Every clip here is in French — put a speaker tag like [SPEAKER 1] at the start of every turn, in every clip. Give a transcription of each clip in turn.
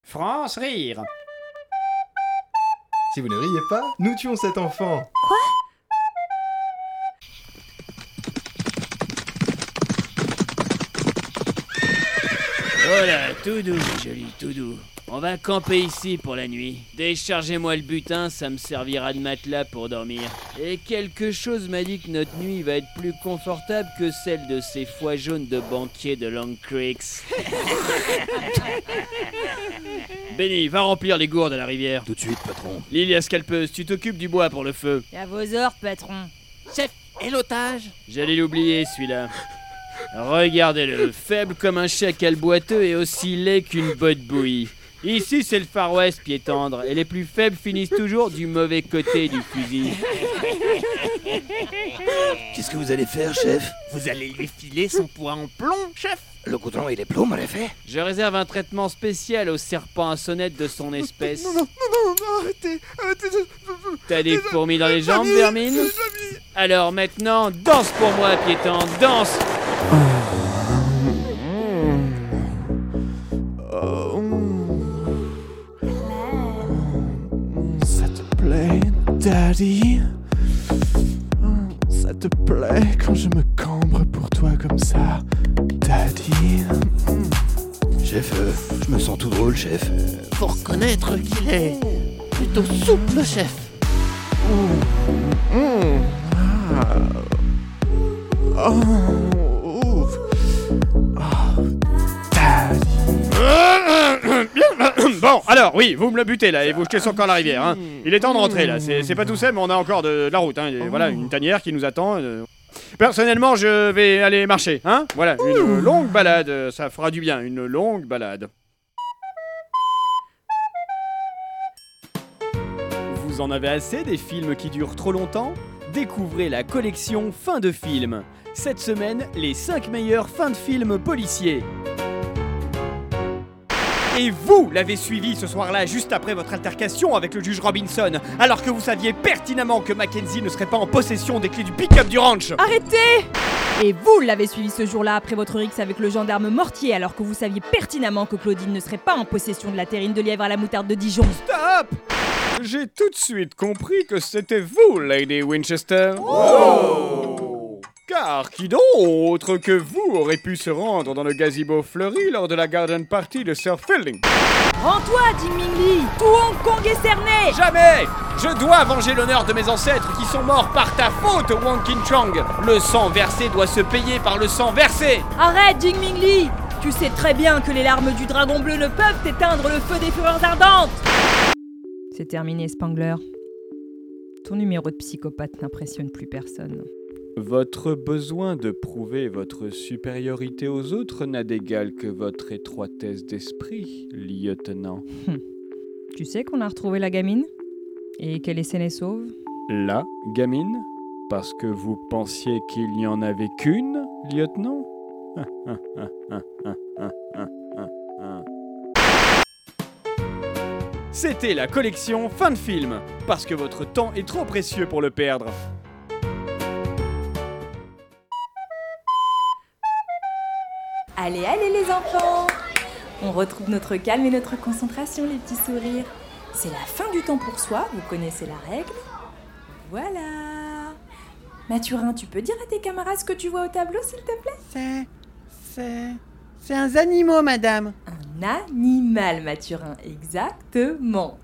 [SPEAKER 1] France rire.
[SPEAKER 2] Si vous ne riez pas, nous tuons cet enfant.
[SPEAKER 3] Oh là, tout doux, joli, tout doux. On va camper ici pour la nuit. Déchargez-moi le butin, ça me servira de matelas pour dormir. Et quelque chose m'a dit que notre nuit va être plus confortable que celle de ces foies jaunes de banquiers de Long Creeks. Benny, va remplir les gourdes à la rivière.
[SPEAKER 4] Tout de suite, patron.
[SPEAKER 3] Lilia Scalpeuse, tu t'occupes du bois pour le feu.
[SPEAKER 5] À vos ordres, patron.
[SPEAKER 4] Et l'otage
[SPEAKER 3] J'allais l'oublier celui-là. Regardez-le, faible comme un chacal boiteux et aussi laid qu'une botte bouillie. Ici, c'est le Far West, pied tendre, et les plus faibles finissent toujours du mauvais côté du fusil.
[SPEAKER 4] Qu'est-ce que vous allez faire, chef
[SPEAKER 6] Vous allez lui filer son poids en plomb, chef
[SPEAKER 4] Le goudron et les plombs, en effet.
[SPEAKER 3] Je réserve un traitement spécial au serpent à sonnette de son espèce.
[SPEAKER 6] Arrêtez
[SPEAKER 3] T'as des fourmis dans les jambes, vermine Alors maintenant, danse pour moi, pied tendre, danse
[SPEAKER 6] Ça te plaît, Daddy Ça te plaît quand je me cambre pour toi comme ça, Daddy
[SPEAKER 4] Chef, euh, je me sens tout drôle, chef.
[SPEAKER 6] Faut reconnaître qu'il est plutôt souple, chef. Oh,
[SPEAKER 1] Bon, alors oui, vous me le butez là et vous jetez son corps à la rivière. hein. Il est temps de rentrer là. C'est c'est pas tout seul, mais on a encore de, de la route. hein. Et Voilà, une tanière qui nous attend. euh. Personnellement, je vais aller marcher. Hein voilà, une longue balade. euh, Ça fera du bien, une longue balade. Vous en avez assez des films qui durent trop longtemps Découvrez la collection Fin de film. Cette semaine, les 5 meilleures fins de films policiers. Et vous l'avez suivi ce soir-là, juste après votre altercation avec le juge Robinson, alors que vous saviez pertinemment que Mackenzie ne serait pas en possession des clés du pick-up du ranch.
[SPEAKER 7] Arrêtez Et vous l'avez suivi ce jour-là après votre rix avec le gendarme Mortier alors que vous saviez pertinemment que Claudine ne serait pas en possession de la terrine de lièvre à la moutarde de Dijon.
[SPEAKER 1] Stop J'ai tout de suite compris que c'était vous, Lady Winchester. Oh. Car qui d'autre que vous aurait pu se rendre dans le gazebo fleuri lors de la garden party de Sir Fielding
[SPEAKER 7] Rends-toi, Jim Mingley Tout Hong Kong est cerné
[SPEAKER 1] Jamais Je dois venger l'honneur de mes ancêtres qui sont morts par ta faute, Wang Kin Chang Le sang versé doit se payer par le sang versé
[SPEAKER 7] Arrête, Jim Mingley Tu sais très bien que les larmes du dragon bleu ne peuvent éteindre le feu des fureurs ardentes C'est terminé, Spangler. Ton numéro de psychopathe n'impressionne plus personne.
[SPEAKER 1] Votre besoin de prouver votre supériorité aux autres n'a d'égal que votre étroitesse d'esprit, lieutenant.
[SPEAKER 7] Tu sais qu'on a retrouvé la gamine Et qu'elle est saine et sauve
[SPEAKER 1] Là, gamine Parce que vous pensiez qu'il n'y en avait qu'une, lieutenant C'était la collection fin de film, parce que votre temps est trop précieux pour le perdre.
[SPEAKER 8] Allez, allez les enfants On retrouve notre calme et notre concentration, les petits sourires. C'est la fin du temps pour soi, vous connaissez la règle. Voilà Mathurin, tu peux dire à tes camarades ce que tu vois au tableau, s'il te plaît
[SPEAKER 9] C'est. C'est. C'est un animaux, madame.
[SPEAKER 8] Un animal, Mathurin, exactement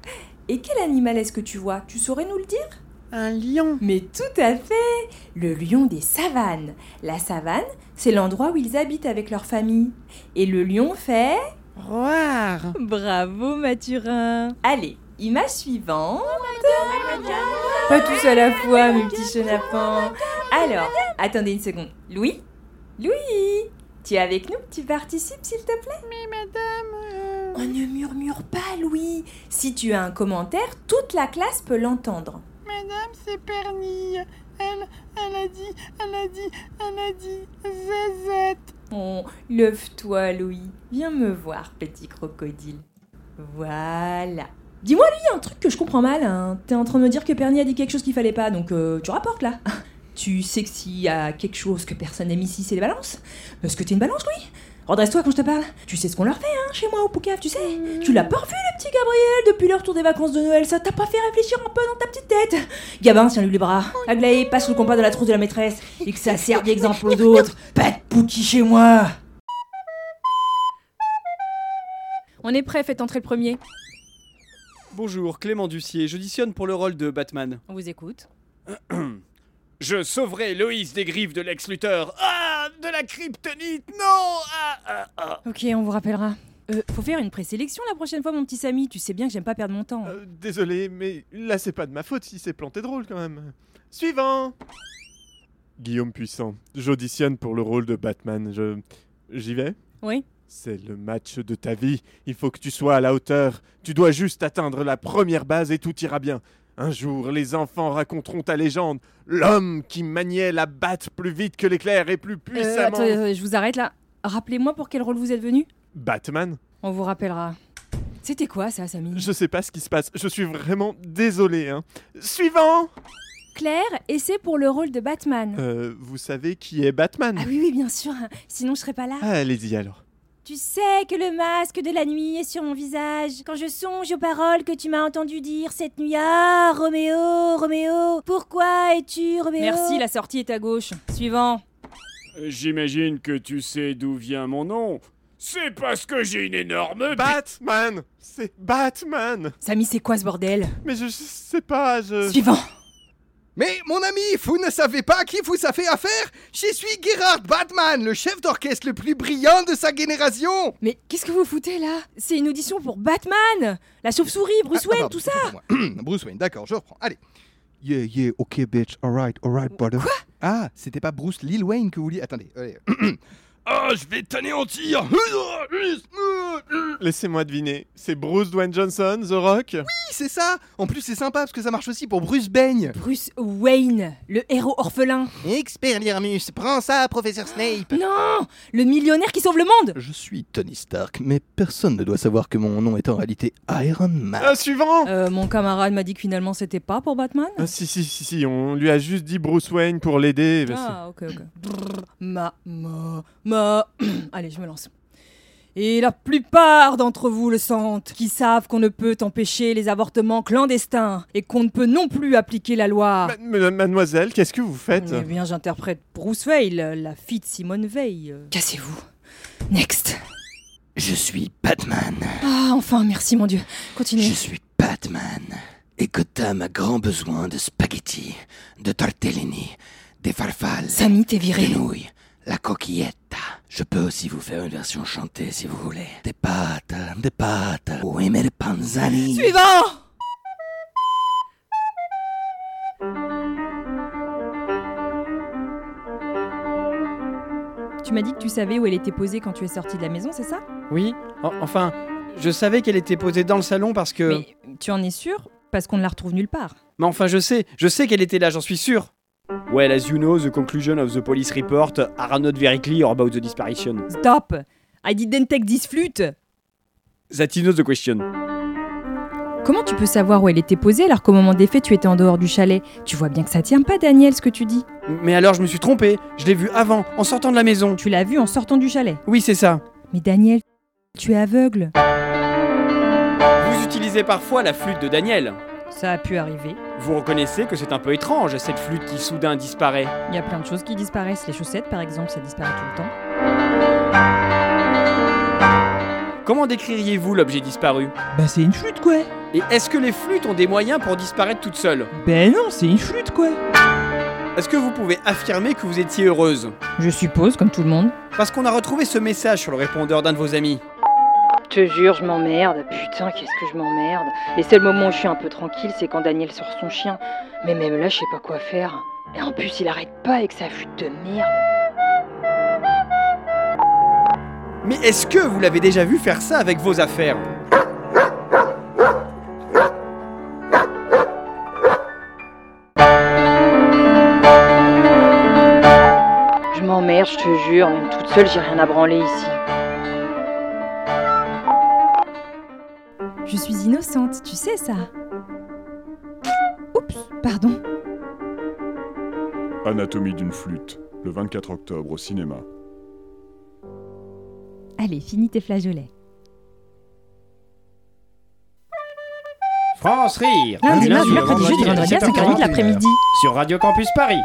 [SPEAKER 8] Et quel animal est-ce que tu vois Tu saurais nous le dire
[SPEAKER 9] Un lion.
[SPEAKER 8] Mais tout à fait Le lion des savanes. La savane, c'est l'endroit où ils habitent avec leur famille. Et le lion fait...
[SPEAKER 9] Roar.
[SPEAKER 8] Bravo Mathurin Allez, image suivante Pas tous à la fois mes petits chenapans Alors, attendez une seconde. Louis Louis Tu es avec nous Tu participes s'il te plaît
[SPEAKER 9] Mais madame. euh,
[SPEAKER 8] On ne murmure pas Louis Si tu as un commentaire, toute la classe peut l'entendre.
[SPEAKER 9] Madame, c'est Pernille. Elle. Elle a dit. Elle a dit. Elle a dit. Zazette.
[SPEAKER 8] Oh, lève-toi Louis Viens me voir petit crocodile. Voilà Dis-moi Louis un truc que je comprends mal. hein. T'es en train de me dire que Perny a dit quelque chose qu'il fallait pas, donc euh, tu rapportes là tu sais que s'il y a quelque chose que personne n'aime ici, c'est les balances Est-ce que t'es une balance, Louis
[SPEAKER 10] Redresse-toi quand je te parle. Tu sais ce qu'on leur fait, hein, chez moi au Poucave, tu sais. Tu l'as pas revu, le petit Gabriel, depuis leur tour des vacances de Noël. Ça t'a pas fait réfléchir un peu dans ta petite tête Gabin tient-lui les bras. Aglaé passe sous le compas de la trousse de la maîtresse. Et que ça serve d'exemple aux autres. Pas de pouki chez moi
[SPEAKER 8] On est prêt, faites entrer le premier.
[SPEAKER 1] Bonjour, Clément Ducier, j'auditionne pour le rôle de Batman.
[SPEAKER 8] On vous écoute.
[SPEAKER 1] Je sauverai Loïs des griffes de l'ex-lutteur. Ah De la kryptonite Non Ah ah ah
[SPEAKER 8] Ok, on vous rappellera. Euh, faut faire une présélection la prochaine fois, mon petit Samy. Tu sais bien que j'aime pas perdre mon temps.
[SPEAKER 6] Euh, désolé, mais là c'est pas de ma faute si c'est planté drôle quand même. Suivant Guillaume Puissant, j'auditionne pour le rôle de Batman. Je. J'y vais
[SPEAKER 8] Oui
[SPEAKER 6] C'est le match de ta vie. Il faut que tu sois à la hauteur. Tu dois juste atteindre la première base et tout ira bien. Un jour, les enfants raconteront ta légende. L'homme qui maniait la batte plus vite que l'éclair et plus
[SPEAKER 8] Euh,
[SPEAKER 6] puissamment.
[SPEAKER 8] attends, euh, je vous arrête là. Rappelez-moi pour quel rôle vous êtes venu.
[SPEAKER 6] Batman
[SPEAKER 8] On vous rappellera. C'était quoi ça, Samy
[SPEAKER 6] Je sais pas ce qui se passe, je suis vraiment désolé. Hein. Suivant
[SPEAKER 8] Claire, et c'est pour le rôle de Batman.
[SPEAKER 6] Euh, Vous savez qui est Batman
[SPEAKER 8] Ah oui, oui, bien sûr. Sinon, je serais pas là.
[SPEAKER 6] Ah, Allez-y alors.
[SPEAKER 8] Tu sais que le masque de la nuit est sur mon visage. Quand je songe aux paroles que tu m'as entendu dire cette nuit. Ah, Roméo, Roméo, pourquoi es-tu Roméo Merci, la sortie est à gauche. Suivant.
[SPEAKER 1] Euh, J'imagine que tu sais d'où vient mon nom. C'est parce que j'ai une énorme
[SPEAKER 6] Batman C'est Batman
[SPEAKER 8] Samy, c'est quoi ce bordel
[SPEAKER 6] Mais je, je sais pas,
[SPEAKER 2] Euh.
[SPEAKER 6] je...
[SPEAKER 8] Suivant.
[SPEAKER 2] Mais mon ami, vous ne savez pas à qui vous avez affaire Je suis Gerard Batman, le chef d'orchestre le plus brillant de sa génération
[SPEAKER 8] Mais qu'est-ce que vous foutez là C'est une audition pour Batman La chauve-souris, Bruce
[SPEAKER 2] Ah,
[SPEAKER 8] Wayne,
[SPEAKER 2] pardon,
[SPEAKER 8] tout ça
[SPEAKER 2] excusez-moi. Bruce Wayne, d'accord, je reprends. Allez. Yeah, yeah, ok, bitch, alright, alright, brother. Quoi Ah, c'était pas Bruce Lil Wayne que vous vouliez. Attendez, allez. Ah, je vais t'anéantir
[SPEAKER 6] Laissez-moi deviner, c'est Bruce Dwayne Johnson, The Rock
[SPEAKER 2] C'est ça En plus, c'est sympa parce que ça marche aussi pour Bruce Baigne.
[SPEAKER 8] Bruce Wayne, le héros orphelin.
[SPEAKER 2] Expelliarmus, prends ça, professeur Snape
[SPEAKER 8] Non Le millionnaire qui sauve le monde
[SPEAKER 2] Je suis Tony Stark, mais personne ne doit savoir que mon nom est en réalité Iron Man.
[SPEAKER 6] Ah, Suivant
[SPEAKER 8] euh, Mon camarade m'a dit que finalement c'était pas pour Batman
[SPEAKER 6] ah, si, si, si, si, on lui a juste dit Bruce Wayne pour l'aider. bah, c'est-
[SPEAKER 8] Ah, ok, ok. Brrr, ma, ma, ma. Allez, je me lance. Et la plupart d'entre vous le sentent, qui savent qu'on ne peut empêcher les avortements clandestins et qu'on ne peut non plus appliquer la loi.
[SPEAKER 6] Ma- Bah, ma- mademoiselle, qu'est-ce que vous faites
[SPEAKER 8] Eh bien, j'interprète Bruce Veil, la fille de Simone Veil. Cassez-vous. Next.
[SPEAKER 2] Je suis Batman.
[SPEAKER 8] Ah, enfin, merci, mon Dieu. Continuez.
[SPEAKER 2] Je suis Batman. Et Gotham a grand besoin de spaghettis, de tortellini, des farfales,
[SPEAKER 8] Samy, t'es
[SPEAKER 2] des
[SPEAKER 8] viré.
[SPEAKER 2] nouilles, la coquillette. Je peux aussi vous faire une version chantée si vous voulez. Des pâtes, des pâtes. Oui, mais les panzani.
[SPEAKER 8] Suivant Tu m'as dit que tu savais où elle était posée quand tu es sortie de la maison, c'est ça
[SPEAKER 5] Oui, en- enfin, je savais qu'elle était posée dans le salon parce
[SPEAKER 1] Euh.
[SPEAKER 5] que. Mais,
[SPEAKER 8] Mais tu en es sûr Parce qu'on ne la retrouve nulle part.
[SPEAKER 5] enfin, je sais, je sais qu'elle était là, j'en suis sûr.
[SPEAKER 1] Well, as you know, the conclusion of the police report are not very clear about the disparition.
[SPEAKER 8] Stop I didn't take this flute
[SPEAKER 1] That is not the question.
[SPEAKER 8] Comment tu peux savoir où elle était posée alors qu'au moment des faits tu étais en dehors du chalet Tu vois bien que ça tient pas, Daniel, ce que tu dis.
[SPEAKER 5] Mais alors, je me suis trompé, je l'ai vue avant, en sortant de la maison.
[SPEAKER 8] Tu l'as vue en sortant du chalet.
[SPEAKER 5] Oui, c'est ça.
[SPEAKER 8] Mais Daniel, tu es aveugle.
[SPEAKER 1] Vous utilisez parfois la flûte de Daniel.
[SPEAKER 8] Ça a pu arriver.
[SPEAKER 1] Vous reconnaissez que c'est un peu étrange, cette flûte qui soudain disparaît.
[SPEAKER 8] Il y a plein de choses qui disparaissent. Les chaussettes, par exemple, ça disparaît tout le temps.
[SPEAKER 1] Comment décririez-vous l'objet disparu
[SPEAKER 11] Bah c'est une flûte quoi
[SPEAKER 1] Et est-ce que les flûtes ont des moyens pour disparaître toutes seules
[SPEAKER 11] Ben non, c'est une flûte quoi
[SPEAKER 1] Est-ce que vous pouvez affirmer que vous étiez heureuse
[SPEAKER 8] Je suppose, comme tout le monde.
[SPEAKER 1] Parce qu'on a retrouvé ce message sur le répondeur d'un de vos amis.
[SPEAKER 12] Te jure, je m'emmerde. Putain, qu'est-ce que je m'emmerde. Les seuls moments où je suis un peu tranquille, c'est quand Daniel sort son chien. Mais même là, je sais pas quoi faire. Et en plus, il arrête pas avec sa flûte de merde.
[SPEAKER 5] Mais est-ce que vous l'avez déjà vue faire ça avec vos affaires
[SPEAKER 12] Je m'emmerde, je te jure. Même toute seule, j'ai rien à branler ici.
[SPEAKER 8] Je suis innocente, tu sais ça. Oups, pardon.
[SPEAKER 13] Anatomie d'une flûte, le 24 octobre au cinéma.
[SPEAKER 8] Allez, finis tes flageolets.
[SPEAKER 1] France Rire
[SPEAKER 8] Lundi,
[SPEAKER 1] du
[SPEAKER 8] mardi, mercredi,
[SPEAKER 1] au
[SPEAKER 8] jeudi, vendredi à 5h40
[SPEAKER 1] 7h40,
[SPEAKER 8] l'après-midi.
[SPEAKER 1] Sur Radio Campus Paris